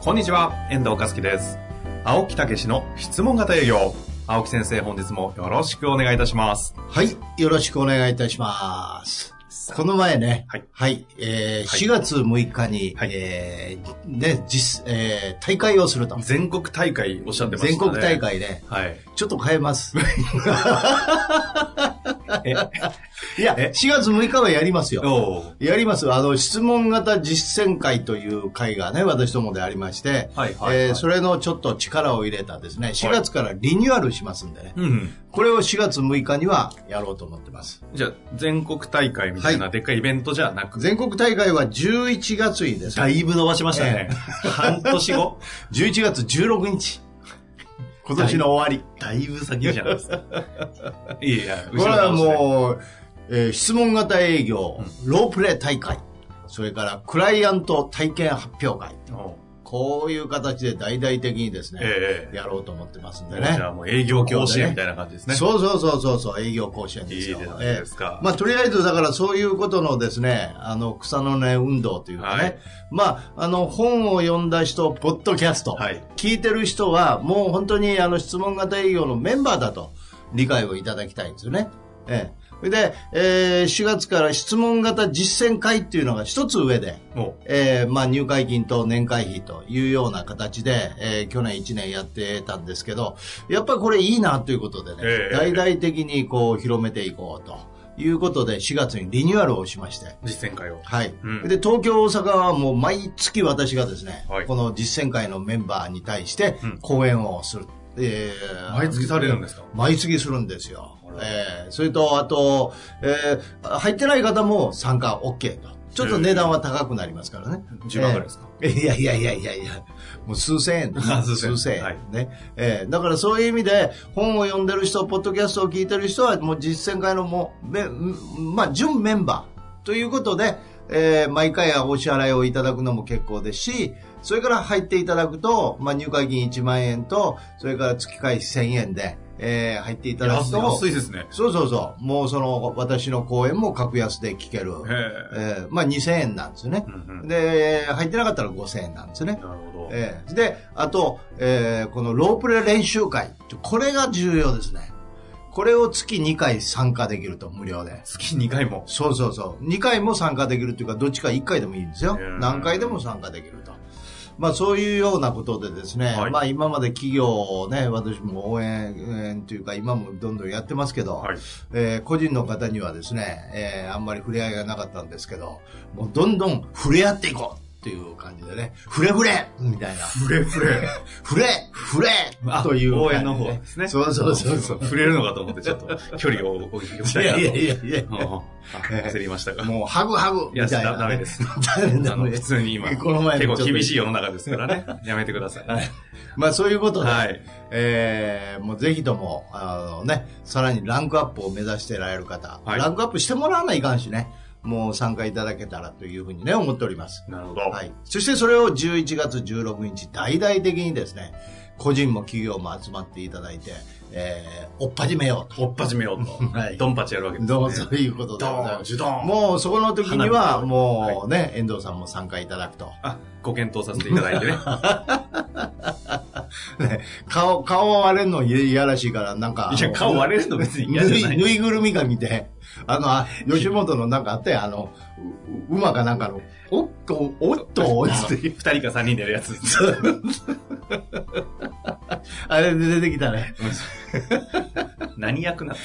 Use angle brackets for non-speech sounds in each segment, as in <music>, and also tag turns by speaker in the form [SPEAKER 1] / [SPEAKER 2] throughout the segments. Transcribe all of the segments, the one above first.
[SPEAKER 1] こんにちは、遠藤和樹です。青木武の質問型営業。青木先生、本日もよろしくお願いいたします。
[SPEAKER 2] はい。よろしくお願いいたします。この前ね、
[SPEAKER 1] はいは
[SPEAKER 2] えー
[SPEAKER 1] い
[SPEAKER 2] 4月6日に、
[SPEAKER 1] はい
[SPEAKER 2] えーね、実、えー大会をすると。
[SPEAKER 1] 全国大会おっしゃってまし
[SPEAKER 2] 全
[SPEAKER 1] たね。
[SPEAKER 2] 国大。会で、
[SPEAKER 1] はい。
[SPEAKER 2] ちょっと変えます。
[SPEAKER 1] え、
[SPEAKER 2] <laughs> いや、
[SPEAKER 1] え
[SPEAKER 2] 4月6日はやりますよ。
[SPEAKER 1] おー
[SPEAKER 2] やります。あの、質問型実践会という会がね、私どもでありまして、
[SPEAKER 1] はいはいはい
[SPEAKER 2] えーそれのちょっと力を入れたですね、4月からリニューアルしますんでね、
[SPEAKER 1] うん。
[SPEAKER 2] これを4月6日にはやろうと思ってます。
[SPEAKER 1] じゃあ、全国大会みたいな
[SPEAKER 2] は
[SPEAKER 1] でっかいイベントじゃなく、
[SPEAKER 2] 全国大会は11月にですね
[SPEAKER 1] だ、いぶ伸ばしましたね。半年後。 <laughs>
[SPEAKER 2] 11月16日。今年の終わ
[SPEAKER 1] だいぶ先じゃないですか。 <laughs> いやいや、
[SPEAKER 2] り。これは
[SPEAKER 1] う。
[SPEAKER 2] もう、えー質問型営業、ロープレイ大会、それからクライアント体験発表会。
[SPEAKER 1] おう
[SPEAKER 2] こういう形で大々的にですね、
[SPEAKER 1] ええ
[SPEAKER 2] やろうと思ってますんでね
[SPEAKER 1] じゃ。あもう営業教師みたいな感じですね。
[SPEAKER 2] そうそうそうそうそう、営業講師なんですよ。
[SPEAKER 1] いいじゃないですか
[SPEAKER 2] ええまあ、とりあえず、だからそういうことのですね、あの、草の根運動というか
[SPEAKER 1] は
[SPEAKER 2] ね、
[SPEAKER 1] い
[SPEAKER 2] まあ、あの、本を読んだ人、ポッドキャスト、
[SPEAKER 1] はい
[SPEAKER 2] 聞いてる人は、もう本当にあの、質問型営業のメンバーだと理解をいただきたいんですよね。ええそれで、えー4月から質問型実践会っていうのが一つ上で、
[SPEAKER 1] も
[SPEAKER 2] えーまあ、入会金と年会費というような形で、えー去年1年やってたんですけど、やっぱりこれいいなということでね、
[SPEAKER 1] ええ
[SPEAKER 2] 大々的にこう広めていこうということで、4月にリニューアルをしまして、
[SPEAKER 1] う、実践会を。
[SPEAKER 2] はい。
[SPEAKER 1] うん
[SPEAKER 2] で、東京、大阪はもう毎月私がですね、
[SPEAKER 1] はい
[SPEAKER 2] この実践会のメンバーに対して
[SPEAKER 1] うん
[SPEAKER 2] 講演をする。えー
[SPEAKER 1] 毎月されるんですか
[SPEAKER 2] 毎月するんですよ
[SPEAKER 1] あ。ら
[SPEAKER 2] えーそれと、あと、えー入ってない方も参加 OK と。ちょっと値段は高くなりますからね。
[SPEAKER 1] 10万ぐらいですか、
[SPEAKER 2] えーいやいやいやいやいや、もう数千
[SPEAKER 1] <laughs>
[SPEAKER 2] 円です
[SPEAKER 1] 数千円はい
[SPEAKER 2] ね。えーだからそういう意味で、本を読んでる人、ポッドキャストを聞いてる人は、もう実践会のもう、めまあ、準メンバーということで、えー毎回お支払いをいただくのも結構ですし、それから入っていただくと、まあ、入会金1万円と、それから月会費1000円で、えー入っていただく
[SPEAKER 1] 安
[SPEAKER 2] と、
[SPEAKER 1] 安いですね。
[SPEAKER 2] そうそうそう、もうその、私の講演も格安で聞ける。
[SPEAKER 1] ええ。
[SPEAKER 2] えーまあ、2000円なんですよね。
[SPEAKER 1] うんうん
[SPEAKER 2] で、入ってなかったら5000円なんですね。
[SPEAKER 1] なるほど。
[SPEAKER 2] ええで、あと、えーこのロープレ練習会。これが重要ですね。これを月2回参加できると無料で。
[SPEAKER 1] 月2回も。
[SPEAKER 2] そうそうそう。2回も参加できるというか、どっちか1回でもいいんですよ
[SPEAKER 1] へえ。
[SPEAKER 2] 何回でも参加できると。まあそういうようなことでですね、
[SPEAKER 1] はい
[SPEAKER 2] まあ今まで企業をね、私も応援応援というか今もどんどんやってますけど、
[SPEAKER 1] はい。
[SPEAKER 2] えー個人の方にはですね、えーあんまり触れ合いがなかったんですけど、もうどんどん触れ合っていこうっていう感じでね、触れ触れみたいな。
[SPEAKER 1] 触れ触れ。
[SPEAKER 2] <laughs> 触れ触れ
[SPEAKER 1] あ
[SPEAKER 2] という、
[SPEAKER 1] 応援の方ですね。
[SPEAKER 2] そうそうそうそう。
[SPEAKER 1] 触れるのかと思って、ちょっ
[SPEAKER 2] <laughs>
[SPEAKER 1] と距離を <laughs> 置いて
[SPEAKER 2] いやいやい
[SPEAKER 1] や。
[SPEAKER 2] やいや
[SPEAKER 1] うんあ焦りましたが。
[SPEAKER 2] もうハグハグ
[SPEAKER 1] いや、
[SPEAKER 2] みたいな、
[SPEAKER 1] だダメで。す。
[SPEAKER 2] <laughs> ダメ
[SPEAKER 1] あ
[SPEAKER 2] ダ
[SPEAKER 1] の
[SPEAKER 2] メ
[SPEAKER 1] 普通に今、結
[SPEAKER 2] この前もちょっと
[SPEAKER 1] 構厳しい世の中ですからね。やめてください。はい。
[SPEAKER 2] まあそういうことで、
[SPEAKER 1] はい
[SPEAKER 2] えーもうぜひとも、あのね、さらにランクアップを目指してられる方、
[SPEAKER 1] はい
[SPEAKER 2] ランクアップしてもらわないかんしね、もう参加いただけたらというふうにね、思っております。
[SPEAKER 1] なるほど。
[SPEAKER 2] はい。そしてそれを11月16日、大々的にですね、個人も企業も集まっていただいて、えー、追っ始めようと。
[SPEAKER 1] おっ始めようと。
[SPEAKER 2] はい
[SPEAKER 1] ドンパチやるわけですね。
[SPEAKER 2] どうそういうことで
[SPEAKER 1] ド
[SPEAKER 2] ござ
[SPEAKER 1] ー
[SPEAKER 2] いま
[SPEAKER 1] ン、
[SPEAKER 2] す
[SPEAKER 1] ジュドーン。
[SPEAKER 2] もうそこの時に
[SPEAKER 1] 花火
[SPEAKER 2] は、もうね、遠藤さんも参加いただくと。
[SPEAKER 1] あ、ご検討させていただ
[SPEAKER 2] <laughs>
[SPEAKER 1] いてね。
[SPEAKER 2] ね顔、顔を割れるのいやらしいから、なんか。
[SPEAKER 1] いや、顔割れるの別に嫌じゃな
[SPEAKER 2] ぬい。
[SPEAKER 1] い。
[SPEAKER 2] ぬいぐるみが見て、あの、あ吉本のなんかあったよ、あの、うう馬かなんかの、おっと、おっと、つっ
[SPEAKER 1] <laughs>
[SPEAKER 2] て、
[SPEAKER 1] 二人か三人でやるやつ。
[SPEAKER 2] <laughs> あれで出てき
[SPEAKER 1] <laughs>
[SPEAKER 2] たね。
[SPEAKER 1] 何役なんで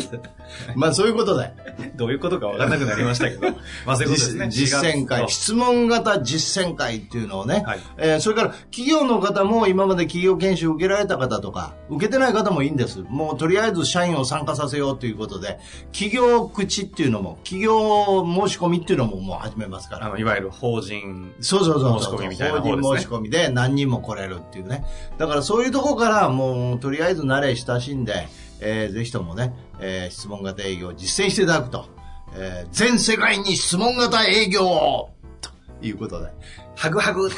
[SPEAKER 1] すか <laughs>
[SPEAKER 2] まあそういうことで、
[SPEAKER 1] どういうことか分かんなく <laughs> なりましたけど。まあ、そういうことですね。
[SPEAKER 2] 実践
[SPEAKER 1] 4
[SPEAKER 2] 会、
[SPEAKER 1] 月
[SPEAKER 2] 質問型実践会っていうのをね、
[SPEAKER 1] はい
[SPEAKER 2] えーそれから企業の方も今まで企業研修受けられた方とか、受けてない方もいいんです。もうとりあえず社員を参加させようということで、企業業口っていうのも、企業申し込みっていうのももう始めますか
[SPEAKER 1] あ
[SPEAKER 2] ら。
[SPEAKER 1] の、いわゆる法人。
[SPEAKER 2] そうそうそうそう。
[SPEAKER 1] 申し込みみたいな方ですね
[SPEAKER 2] 法人申し込みで何人も来れるっていうね。だからそういうとこからもう、とりあえず慣れ親しんで、えーぜひともね、えー質問型営業を実践していただくと。えー全世界に質問型営業をということで。
[SPEAKER 1] ハグハグ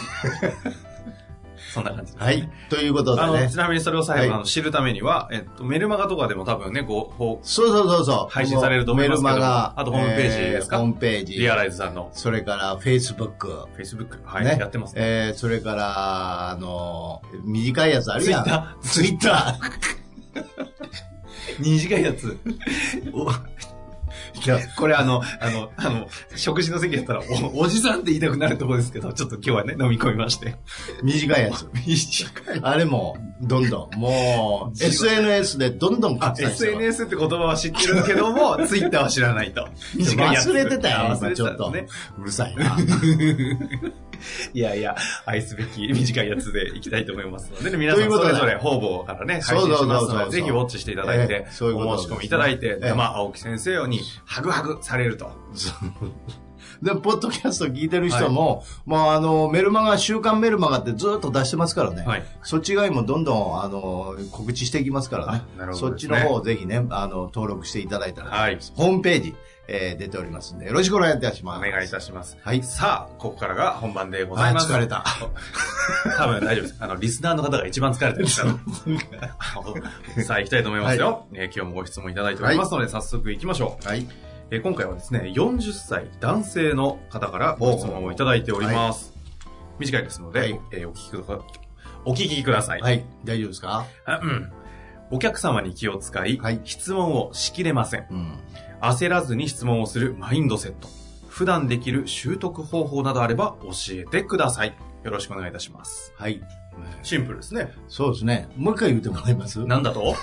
[SPEAKER 1] そんな感じですね。
[SPEAKER 2] はい。ということで
[SPEAKER 1] あの、
[SPEAKER 2] ね
[SPEAKER 1] ち。なみにそれを最後、
[SPEAKER 2] はい
[SPEAKER 1] あの知るためには、えっと、メルマガとかでも多分ね、ご、ほ
[SPEAKER 2] そうそうそうそう。
[SPEAKER 1] 配信されると思いますけど
[SPEAKER 2] メルマガ。
[SPEAKER 1] あとホームページですか
[SPEAKER 2] ホームページ。
[SPEAKER 1] リアライズさんの
[SPEAKER 2] それから、Facebook。
[SPEAKER 1] Facebook、はい、
[SPEAKER 2] ね
[SPEAKER 1] やってますね。
[SPEAKER 2] えー、それから、あのー、短いやつあるやん。ツイッター。ツイッタ
[SPEAKER 1] 短いやつ。 <laughs> お
[SPEAKER 2] ー。いや、
[SPEAKER 1] これあの、あの、あの、食事の席やったらお、おじさんって言いたくなるところですけど、ちょっと今日はね、飲み込みまして。
[SPEAKER 2] 短いやつ。
[SPEAKER 1] 短い。
[SPEAKER 2] あれも、どんどん、もう、
[SPEAKER 1] 自分
[SPEAKER 2] SNS でどんどん
[SPEAKER 1] あ
[SPEAKER 2] 拡、散してます。
[SPEAKER 1] SNS って言葉は知ってるけど
[SPEAKER 2] <laughs>
[SPEAKER 1] も、ツイッターは知らないと。短いやつ。
[SPEAKER 2] 忘れてたよ、
[SPEAKER 1] あ忘
[SPEAKER 2] 今
[SPEAKER 1] れて
[SPEAKER 2] ち
[SPEAKER 1] た
[SPEAKER 2] ょ
[SPEAKER 1] ん
[SPEAKER 2] っ
[SPEAKER 1] ですね。。
[SPEAKER 2] とうるさ
[SPEAKER 1] <laughs>
[SPEAKER 2] いな。
[SPEAKER 1] いやいや、愛すべき短いやつでいきたいと思いますので、ね、皆さ
[SPEAKER 2] とい
[SPEAKER 1] ん
[SPEAKER 2] うこ
[SPEAKER 1] そ
[SPEAKER 2] とで
[SPEAKER 1] れぞれ方々からね、
[SPEAKER 2] そう
[SPEAKER 1] 配
[SPEAKER 2] そ
[SPEAKER 1] 信し
[SPEAKER 2] う
[SPEAKER 1] ます
[SPEAKER 2] そうそう
[SPEAKER 1] の
[SPEAKER 2] そう
[SPEAKER 1] で、ぜひウォッチしていただいて
[SPEAKER 2] え、えそういうこと
[SPEAKER 1] お
[SPEAKER 2] です
[SPEAKER 1] 申し込みいただいて、
[SPEAKER 2] ええ
[SPEAKER 1] まあ、青木先生にハグハグされると。
[SPEAKER 2] で、ポッドキャスト聞いてる人も、まあ、あの、メルマガ、週刊メルマガってずっと出してますからね。
[SPEAKER 1] はい。
[SPEAKER 2] そっち以外もどんどん、あの、告知していきますからね。
[SPEAKER 1] あなるほ
[SPEAKER 2] そ
[SPEAKER 1] ど
[SPEAKER 2] っ
[SPEAKER 1] で
[SPEAKER 2] ち
[SPEAKER 1] す
[SPEAKER 2] の
[SPEAKER 1] ね
[SPEAKER 2] 方をぜひね、あの、登録していただいたら、
[SPEAKER 1] はい。
[SPEAKER 2] ホームページ、えー出ておりますんで、よろしくお願いいたし
[SPEAKER 1] お
[SPEAKER 2] ます。
[SPEAKER 1] 願いいたします。
[SPEAKER 2] はい
[SPEAKER 1] さあ、ここからが本番でござい
[SPEAKER 2] あ
[SPEAKER 1] ます。
[SPEAKER 2] 疲れた。
[SPEAKER 1] 多分大丈夫です。あの、リスナーの方が一番疲れてる
[SPEAKER 2] <laughs>
[SPEAKER 1] から。さあ、行きたいと思いますよ、えー今日もご質問いただいておりますので、早速行きましょう。
[SPEAKER 2] はい。
[SPEAKER 1] えー今回はですね、40歳男性の方からご質問をいただいております。短いですので、
[SPEAKER 2] はい
[SPEAKER 1] えーお聞きください。お聞きください。
[SPEAKER 2] はい。大丈夫ですか
[SPEAKER 1] あうんお客様に気を使い、
[SPEAKER 2] はい
[SPEAKER 1] 質問をしきれません。
[SPEAKER 2] うん。
[SPEAKER 1] 焦らずに質問をするマインドセット。普段できる習得方法などあれば教えてください。よろしくお願いいたします。
[SPEAKER 2] はい。
[SPEAKER 1] シンプルですね。
[SPEAKER 2] そうですね。もう一回言ってもらえます
[SPEAKER 1] なんだと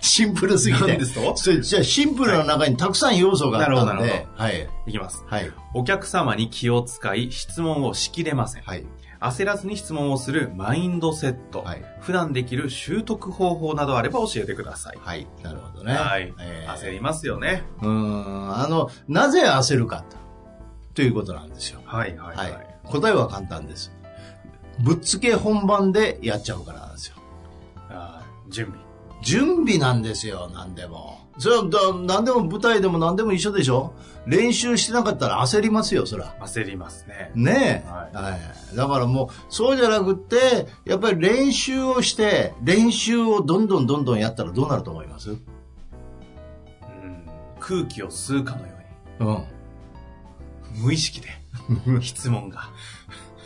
[SPEAKER 2] シンプルすぎ
[SPEAKER 1] なん
[SPEAKER 2] て
[SPEAKER 1] で。すと
[SPEAKER 2] それじゃあ、シンプルな中にたくさん要素があったん
[SPEAKER 1] なる
[SPEAKER 2] で、はい。
[SPEAKER 1] <laughs> いきます。
[SPEAKER 2] はい。
[SPEAKER 1] お客様に気を使い、質問をしきれません。
[SPEAKER 2] はい。
[SPEAKER 1] 焦らずに質問をするマインドセット。
[SPEAKER 2] はい。
[SPEAKER 1] 普段できる習得方法などあれば教えてください。
[SPEAKER 2] はい。なるほどね。
[SPEAKER 1] はい
[SPEAKER 2] えー
[SPEAKER 1] 焦りますよね。
[SPEAKER 2] うーん。あの、なぜ焦るかとということなんですよ。
[SPEAKER 1] はいはい
[SPEAKER 2] はい。答えは簡単です。ぶっつけ本番でやっちゃうからなんですよ。
[SPEAKER 1] あー準備。
[SPEAKER 2] 準備なんですよ、何でも。それはだ、何でも舞台でも何でも一緒でしょ練習してなかったら焦りますよ、そら。
[SPEAKER 1] 焦りますね。
[SPEAKER 2] ねえ、は
[SPEAKER 1] はいい
[SPEAKER 2] だからもう、そうじゃなくって、やっぱり練習をして、練習をどんどんどんどんやったらどうなると思います
[SPEAKER 1] うん空気を吸うかのよ
[SPEAKER 2] うん。
[SPEAKER 1] うに、無意 <laughs> 識で質問が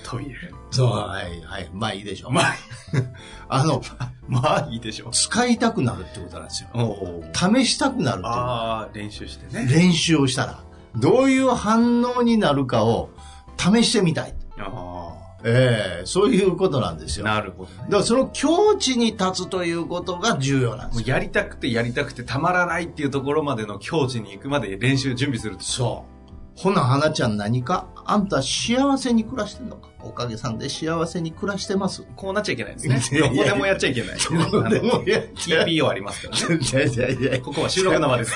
[SPEAKER 1] 飛び出る。
[SPEAKER 2] そう、はい、はい。まあ <laughs> いいでしょう。
[SPEAKER 1] まあ、
[SPEAKER 2] あの、
[SPEAKER 1] まあいいでしょう。
[SPEAKER 2] 使いたくなるってことなんですよ。
[SPEAKER 1] おー
[SPEAKER 2] 試したくなるってこと。
[SPEAKER 1] ああ、練習してね。
[SPEAKER 2] 練習をしたら、どういう反応になるかを試してみたい。
[SPEAKER 1] あ
[SPEAKER 2] ええそういうことなんです
[SPEAKER 1] あ、
[SPEAKER 2] よ。だか
[SPEAKER 1] なるほど、ね。
[SPEAKER 2] らその境地に立つということが重要なんで
[SPEAKER 1] もう
[SPEAKER 2] すよ。
[SPEAKER 1] やりたくてやりたくてたまらないっていうところまでの境地に行くまで練習準備すると。
[SPEAKER 2] そう。ほな、花ちゃん何かあんた幸せに暮らしてんのかおかげさんで幸せに暮らしてます。
[SPEAKER 1] こうなっちゃいけ <laughs> ないですね
[SPEAKER 2] い。や
[SPEAKER 1] ど
[SPEAKER 2] いや
[SPEAKER 1] こ
[SPEAKER 2] いや
[SPEAKER 1] でもやっちゃいけない。
[SPEAKER 2] どこでもやっちゃい
[SPEAKER 1] TPO ありますからね。
[SPEAKER 2] いやいやいや
[SPEAKER 1] <laughs> ここは収録生です。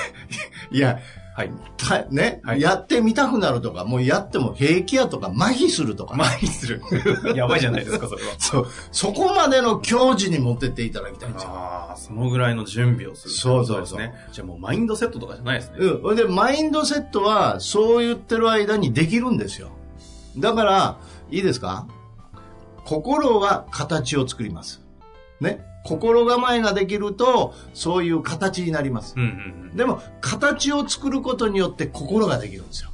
[SPEAKER 2] いや、
[SPEAKER 1] はい。
[SPEAKER 2] たね、
[SPEAKER 1] はい
[SPEAKER 2] やってみたくなるとか、もうやっても平気やとか、麻痺するとか。
[SPEAKER 1] 麻痺する。 <laughs> やばいじゃないですか、それは。
[SPEAKER 2] そう。そこまでの境地に持ってっていただきたいんですよ。
[SPEAKER 1] ああ、そのぐらいの準備をする。
[SPEAKER 2] そうそうそう
[SPEAKER 1] ですね。じゃあもうマインドセットとかじゃないですね。
[SPEAKER 2] うん。ほんで、マインドセットは、そう言ってる間にできるんですよ。だから、いいですか心が形を作ります。ね。心構えができると、そういう形になります。
[SPEAKER 1] うんうん
[SPEAKER 2] でも、形を作ることによって心ができるんですよ。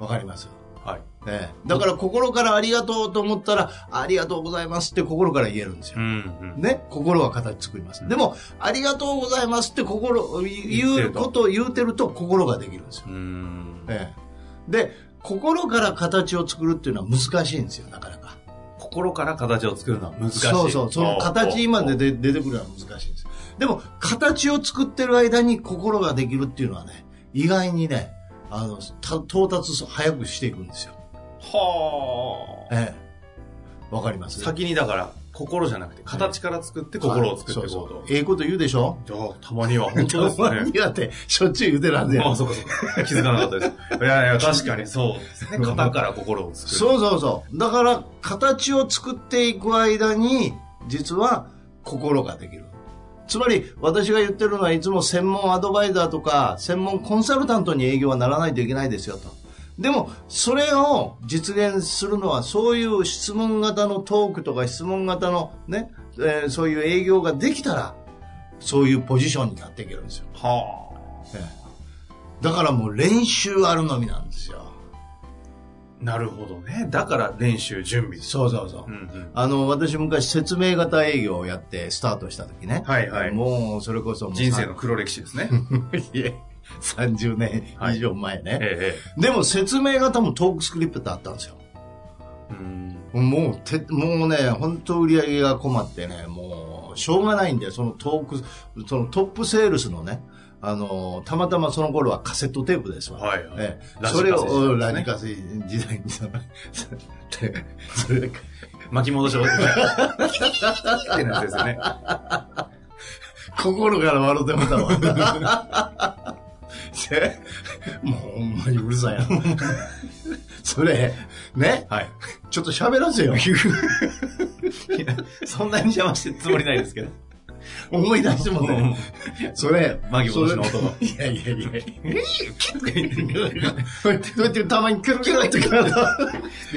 [SPEAKER 2] わかります
[SPEAKER 1] うん。はい。
[SPEAKER 2] ええ。だから、心からありがとうと思ったら、ありがとうございますって心から言えるんですよ
[SPEAKER 1] う。ん
[SPEAKER 2] ね、心は形作ります。でも、ありがとうございますって心、言うことを言うてると心ができるんですよ。
[SPEAKER 1] うん。うん。
[SPEAKER 2] ええ、で、心から形を作るっていうのは難しいんですよ、なかなか。
[SPEAKER 1] 心から形を作るのは難しい。
[SPEAKER 2] そうそう、その形今でで出てくるのは難しいんですよ。でも、形を作ってる間に心ができるっていうのはね、意外にね、あの、た到達早くしていくんですよ。
[SPEAKER 1] はあ。
[SPEAKER 2] ええ。わかります
[SPEAKER 1] 先にだから、心じゃなくて、形から作って心を作っていこうと。
[SPEAKER 2] ええこと言うでしょ
[SPEAKER 1] いやたまには <laughs> 本当です
[SPEAKER 2] <laughs> たま
[SPEAKER 1] ね
[SPEAKER 2] に。だって、しょっちゅう言うてらんねん
[SPEAKER 1] あ、そうかそうか。気づかなかった <laughs> です。いやいや、確かにそうですね。型から心を作る。
[SPEAKER 2] そうそうそう。だから、形を作っていく間に、実は心ができる。つまり、私が言ってるのはいつも専門アドバイザーとか、専門コンサルタントに営業はならないといけないですよと。でも、それを実現するのは、そういう質問型のトークとか質問型のね、えーそういう営業ができたら、そういうポジションに立っていけるんですよ。
[SPEAKER 1] は
[SPEAKER 2] だからもう練習あるのみなんですよ。
[SPEAKER 1] あ。なるほどね。だから練習、準備。
[SPEAKER 2] そうそうそう。
[SPEAKER 1] うんうん。
[SPEAKER 2] あの、私昔説明型営業をやってスタートした時ね。
[SPEAKER 1] はいはい
[SPEAKER 2] もう、それこそもう
[SPEAKER 1] 人生の。黒歴史です <laughs> ね。
[SPEAKER 2] いえ、30年以上前ね。
[SPEAKER 1] え
[SPEAKER 2] でも説明型もトークスクリプトあったんですよ。
[SPEAKER 1] え。うん。
[SPEAKER 2] もう、て、もうね、本当売り上げが困ってね、もう、しょうがないんで、そのトーク、そのトップセールスのね、あの、たまたまその頃はカセットテープですわ。
[SPEAKER 1] はいはい
[SPEAKER 2] ええ、
[SPEAKER 1] ラジカセ
[SPEAKER 2] それ
[SPEAKER 1] 時代ですね
[SPEAKER 2] を、ラジカセ時代にさ、それ、
[SPEAKER 1] 巻き戻しを。 <laughs> ってなんですよね。
[SPEAKER 2] 心から笑うても
[SPEAKER 1] <laughs>
[SPEAKER 2] たわ。せもうほんまにうるさいな。それ、ね、
[SPEAKER 1] はい。
[SPEAKER 2] ちょっと喋ら
[SPEAKER 1] <laughs>
[SPEAKER 2] せよ。
[SPEAKER 1] そんなに邪魔してるつもりないですけど。
[SPEAKER 2] 思い出してもね。それ、
[SPEAKER 1] 巻き戻しの音が
[SPEAKER 2] それいやいやいや。こうやってこうやってたまにキュッキュッって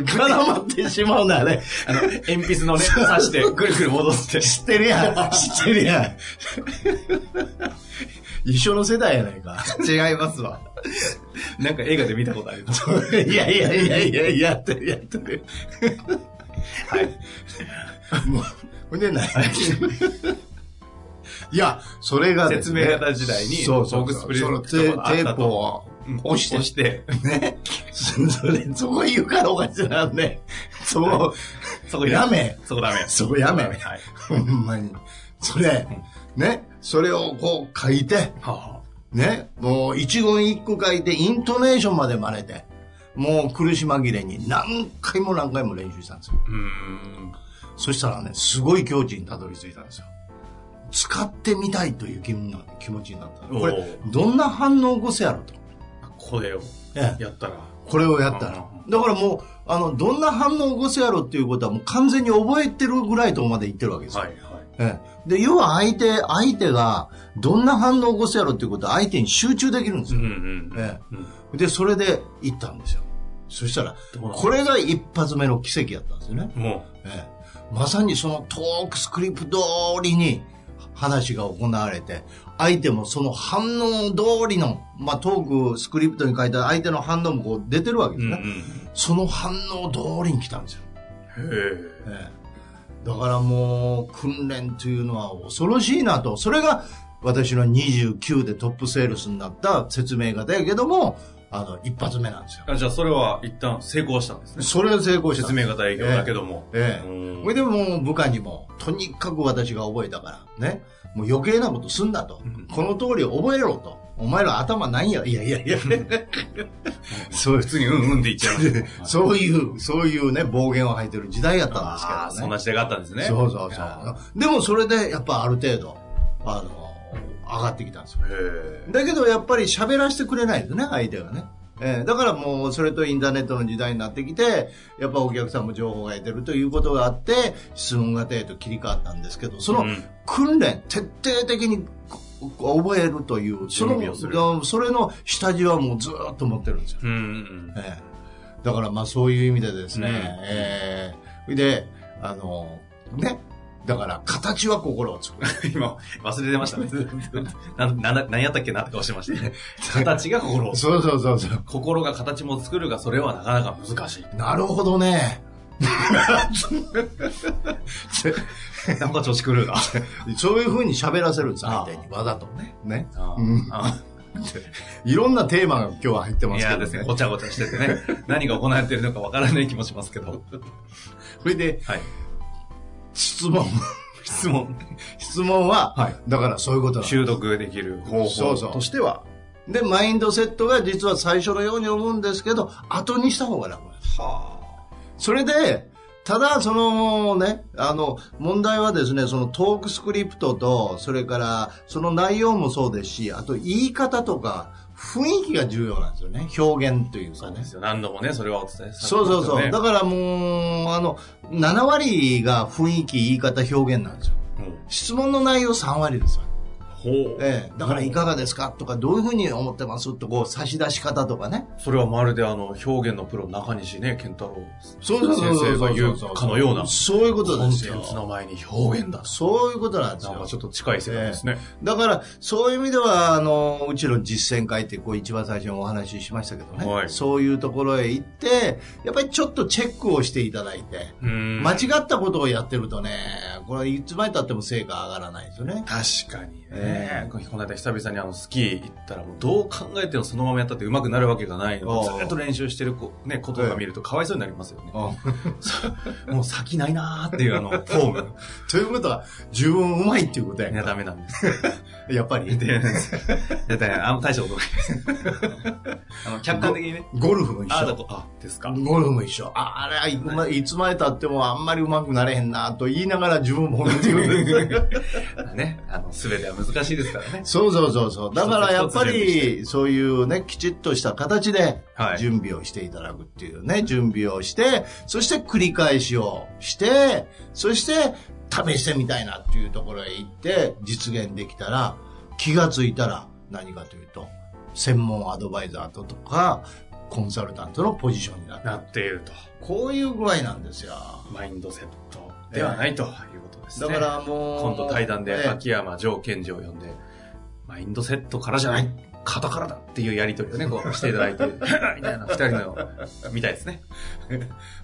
[SPEAKER 2] 絡まってしまうんだよね。
[SPEAKER 1] あの、鉛筆のね、刺して、ぐるぐる戻して。
[SPEAKER 2] 知ってるやん。知ってるや
[SPEAKER 1] <laughs>
[SPEAKER 2] ん。一緒の世代やないか。
[SPEAKER 1] 違いますわ。なんか映画で見たことあります。
[SPEAKER 2] いやいやいやいややってるやってる。はい。もう、ほんでない。いや、それがですね、
[SPEAKER 1] 説明型時代に
[SPEAKER 2] そうそう
[SPEAKER 1] ボック
[SPEAKER 2] そ
[SPEAKER 1] ス
[SPEAKER 2] う
[SPEAKER 1] プリン
[SPEAKER 2] そ
[SPEAKER 1] ト
[SPEAKER 2] の
[SPEAKER 1] が
[SPEAKER 2] テテ
[SPEAKER 1] あったと
[SPEAKER 2] ープを押して、
[SPEAKER 1] 押して、
[SPEAKER 2] それ、そこ言うからおかしいなんで、そう、
[SPEAKER 1] そこ
[SPEAKER 2] やめ
[SPEAKER 1] そこダメ。
[SPEAKER 2] そこやめ
[SPEAKER 1] はい。
[SPEAKER 2] ほんまに。それ、ね、それをこう書いて、
[SPEAKER 1] は
[SPEAKER 2] ね、もう一言一句書いて、イントネーションまで真似て、もう苦し紛れに何回も何回も練習したんですよ。
[SPEAKER 1] うーん。
[SPEAKER 2] そしたらね、すごい境地にたどり着いたんですよ。使ってみたいという気分な気持ちになった。こ
[SPEAKER 1] お
[SPEAKER 2] れ
[SPEAKER 1] ー、
[SPEAKER 2] どんな反応を起こせやろと。
[SPEAKER 1] これを
[SPEAKER 2] ええ
[SPEAKER 1] やったら、
[SPEAKER 2] これをやったら。だからもう、あの、どんな反応を起こせやろっていうことはもう完全に覚えてるぐらいとまで言ってるわけですよ。
[SPEAKER 1] はいはい。
[SPEAKER 2] ええで、要は相手、相手がどんな反応を起こせやろっていうことは相手に集中できるんです
[SPEAKER 1] う
[SPEAKER 2] よ。
[SPEAKER 1] んうん。
[SPEAKER 2] え
[SPEAKER 1] うん
[SPEAKER 2] えで、それで行ったんですよ。そしたら
[SPEAKER 1] どうな、んだ
[SPEAKER 2] これが一発目の奇跡やったんですよね。
[SPEAKER 1] も
[SPEAKER 2] ええまさにそのトークスクリプト通りに話が行われて、相手もその反応通りの、まあ、トークスクリプトに書いた相手の反応もこう出てるわけ
[SPEAKER 1] う、
[SPEAKER 2] で
[SPEAKER 1] う
[SPEAKER 2] す
[SPEAKER 1] んう
[SPEAKER 2] ね。
[SPEAKER 1] ん。
[SPEAKER 2] その反応通りに来たんですよ。
[SPEAKER 1] へえ。
[SPEAKER 2] ええだからもう訓練というのは恐ろしいなと。それが私の29でトップセールスになった説明型やけども、あの、一発目なんですよ。
[SPEAKER 1] あじゃあそれは一旦成功したんですね。
[SPEAKER 2] それは成功した。
[SPEAKER 1] 説明型営業だけども。
[SPEAKER 2] ええ
[SPEAKER 1] うん
[SPEAKER 2] それでもう部下にも、とにかく私が覚えたから、ね。もう余計なことすんなと。
[SPEAKER 1] ん
[SPEAKER 2] この通り覚えろと。お前ら頭ないや。いや
[SPEAKER 1] <laughs>
[SPEAKER 2] いやいや。そう
[SPEAKER 1] 普通にうんうんって言っちゃいました。う
[SPEAKER 2] <laughs> そういう、そういうね、暴言を吐いてる時代やったんですけどね
[SPEAKER 1] あ。あ、そんな時代があったんですね。
[SPEAKER 2] そうそう
[SPEAKER 1] い
[SPEAKER 2] そ
[SPEAKER 1] や
[SPEAKER 2] う。でもそれでやっぱある程度、あの、上がってきたんですよ。
[SPEAKER 1] へえ。
[SPEAKER 2] だけどやっぱり喋らせてくれないですね、相手がね。えーだからもうそれとインターネットの時代になってきて、やっぱお客さんも情報が得てるということがあって、質問型へと切り替わったんですけど、その
[SPEAKER 1] うん
[SPEAKER 2] 訓練、徹底的にこ覚えるという、そ
[SPEAKER 1] 準備をする
[SPEAKER 2] の、それの下地はもうずーっと持ってるんですよ。
[SPEAKER 1] うんうん
[SPEAKER 2] ええだからまあそういう意味でですね、
[SPEAKER 1] うん
[SPEAKER 2] ええで、あの、ね、だから形は心を
[SPEAKER 1] <laughs>
[SPEAKER 2] 作る。
[SPEAKER 1] うん。今、忘れてましたね。 <laughs> な、な、何やったっけなって顔してましたね。形が心を。
[SPEAKER 2] そうそうそうそう。
[SPEAKER 1] 心が形も作るが、それはなかなか難しい。
[SPEAKER 2] なるほどね。
[SPEAKER 1] なんか調子狂うな。
[SPEAKER 2] そういうふうに喋らせるんです、
[SPEAKER 1] あ
[SPEAKER 2] 相
[SPEAKER 1] あ
[SPEAKER 2] 手に。わざとね。ね。
[SPEAKER 1] あ
[SPEAKER 2] うん
[SPEAKER 1] あ
[SPEAKER 2] いろんなテーマが今日は入ってま
[SPEAKER 1] い
[SPEAKER 2] すけ
[SPEAKER 1] や
[SPEAKER 2] ど、
[SPEAKER 1] ですね、
[SPEAKER 2] ね。
[SPEAKER 1] ごちゃごちゃしててね、何が行われてるのかわからない気もしますけど。
[SPEAKER 2] それで、
[SPEAKER 1] はい。
[SPEAKER 2] 質
[SPEAKER 1] <laughs>
[SPEAKER 2] 問。
[SPEAKER 1] 質問。
[SPEAKER 2] 質問は、
[SPEAKER 1] はい
[SPEAKER 2] だからそういうことなんです
[SPEAKER 1] 習得できる方
[SPEAKER 2] そう
[SPEAKER 1] 法
[SPEAKER 2] そう
[SPEAKER 1] としては。
[SPEAKER 2] で、マインドセットが実は最初のように思うんですけど、後にした方が楽なんです。
[SPEAKER 1] は
[SPEAKER 2] それで、ただ、そのね、あの、問題はですね、そのトークスクリプトと、それから、その内容もそうですし、あと言い方とか、雰囲気が重要なんですよね。表現というかね
[SPEAKER 1] で。すよ何度もね、それはお伝えされて
[SPEAKER 2] そうそうそう。
[SPEAKER 1] ます
[SPEAKER 2] だ
[SPEAKER 1] よね
[SPEAKER 2] からもう、あの、7割が雰囲気、言い方、表現なんですよ。
[SPEAKER 1] うん
[SPEAKER 2] 質問の内容3割ですよ。
[SPEAKER 1] ほう。
[SPEAKER 2] ええ、だからいかがですかとか、どういうふうに思ってますとこう、差し出し方とかね。
[SPEAKER 1] それはまるであの、表現のプロ中西ね、健太郎
[SPEAKER 2] そう
[SPEAKER 1] 先生が言うかのような。
[SPEAKER 2] そういうことです
[SPEAKER 1] コン
[SPEAKER 2] よ
[SPEAKER 1] テン。ツの前に表現だ。
[SPEAKER 2] そういうことなんです
[SPEAKER 1] なん
[SPEAKER 2] よ
[SPEAKER 1] かち。ょっと近い世代ですね。
[SPEAKER 2] だから、そういう意味では、あの、うちの実践会って、こう、一番最初にお話ししましたけどね。
[SPEAKER 1] はい
[SPEAKER 2] そういうところへ行って、やっぱりちょっとチェックをしていただいて、
[SPEAKER 1] うん
[SPEAKER 2] 間違ったことをやってるとね、これいつまで経っても成果上がらないですよね。
[SPEAKER 1] 確かにね、
[SPEAKER 2] ええ
[SPEAKER 1] この間久々にあのスキー行ったらもうどう考えてもそのままやったってうまくなるわけがないの
[SPEAKER 2] おう
[SPEAKER 1] でずっと練習してる子、ね、ことが見るとかわいそうになりますよね、もう先ないなーっていう <laughs> あのフォーム
[SPEAKER 2] ということは、十分うまいっていうことや
[SPEAKER 1] い
[SPEAKER 2] ね
[SPEAKER 1] やダメなんです
[SPEAKER 2] やっぱり。
[SPEAKER 1] でだからあんま大したことないです <laughs> あの客観的にね
[SPEAKER 2] ゴルフも一
[SPEAKER 1] ああだ
[SPEAKER 2] 緒。
[SPEAKER 1] こあです <laughs> か
[SPEAKER 2] ゴルフも一緒。ああれはいまいつまでたってもあんまりうまくなれへんなと言いながら自分も褒めてるんです
[SPEAKER 1] ねあの全ては難しいですからね
[SPEAKER 2] そうそうそうそう。だからやっぱ
[SPEAKER 1] 一つ一つ準備
[SPEAKER 2] りそういうね、きちっとした形で
[SPEAKER 1] はい
[SPEAKER 2] 準備をしていただくっていうね、準備をして、そして繰り返しをして、そして試してみたいなっていうところへ行って実現できたら、気がついたら何かというと、専門アドバイザーととか、コンサルタントのポジションになった。
[SPEAKER 1] なっていると
[SPEAKER 2] こういう具合なんですよ。
[SPEAKER 1] マインドセットではないということですね
[SPEAKER 2] だからもう。
[SPEAKER 1] 今度対談
[SPEAKER 2] ええ
[SPEAKER 1] で秋山条件児を呼んで、マインドセットからじゃない、型からだっていうやりとりをね、こうしていた <laughs> だいて、みたいな、二人の、みたいですね。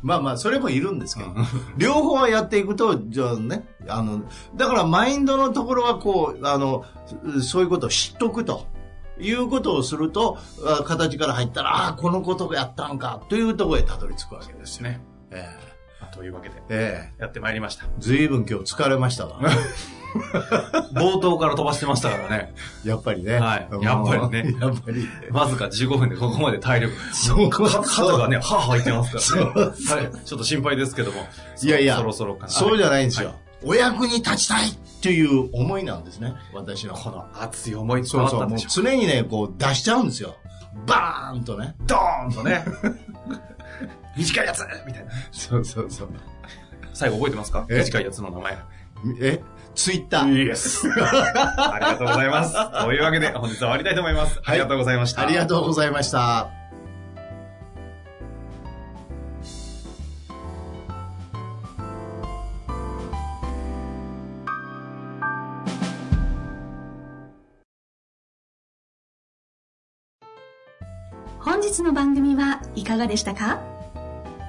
[SPEAKER 2] まあまあ、それもいるんです
[SPEAKER 1] <laughs>
[SPEAKER 2] けど。両方やっていくと、じゃあね、あの、だからマインドのところはこう、あの、うそういうことを知っとくと。いうことをすると、あ形から入ったら、ああ、このことがやったんか、というところへたどり着くわけですね。
[SPEAKER 1] ね。
[SPEAKER 2] え
[SPEAKER 1] というわけで、
[SPEAKER 2] ええ
[SPEAKER 1] やってまいりました。
[SPEAKER 2] えずいぶん今日疲れましたわ。
[SPEAKER 1] <laughs> 冒頭から飛ばしてましたからね。
[SPEAKER 2] やっぱりね。
[SPEAKER 1] はいやっぱりね
[SPEAKER 2] もう <laughs> やっぱり。
[SPEAKER 1] わずか15分でここまで体力。
[SPEAKER 2] そう
[SPEAKER 1] か肩がね、歯入ってますからね。はい。ちょっと心配ですけども。
[SPEAKER 2] いやいや
[SPEAKER 1] そろそろかな。
[SPEAKER 2] そうじゃないんですよ。
[SPEAKER 1] は
[SPEAKER 2] お役に立ちたいっていう思いなんですね、私の。
[SPEAKER 1] この熱い思い伝
[SPEAKER 2] そ
[SPEAKER 1] わ
[SPEAKER 2] う
[SPEAKER 1] っ
[SPEAKER 2] そ
[SPEAKER 1] た
[SPEAKER 2] う、
[SPEAKER 1] ん
[SPEAKER 2] もう
[SPEAKER 1] でしょ
[SPEAKER 2] 常にね、こう出しちゃうんですよ。バーンとね。
[SPEAKER 1] ドーンとね。 <laughs> 短いやつみたいな。
[SPEAKER 2] そうそうそう。
[SPEAKER 1] 最後覚えてますか
[SPEAKER 2] え
[SPEAKER 1] 短いやつの名前。
[SPEAKER 2] えツイッター。
[SPEAKER 1] イエス。ありがとうございます。というわけで本日は終わりたいと思います。ありがとうございました。
[SPEAKER 2] <laughs> ありがとうございました。
[SPEAKER 3] 本日の番組はいかがでしたか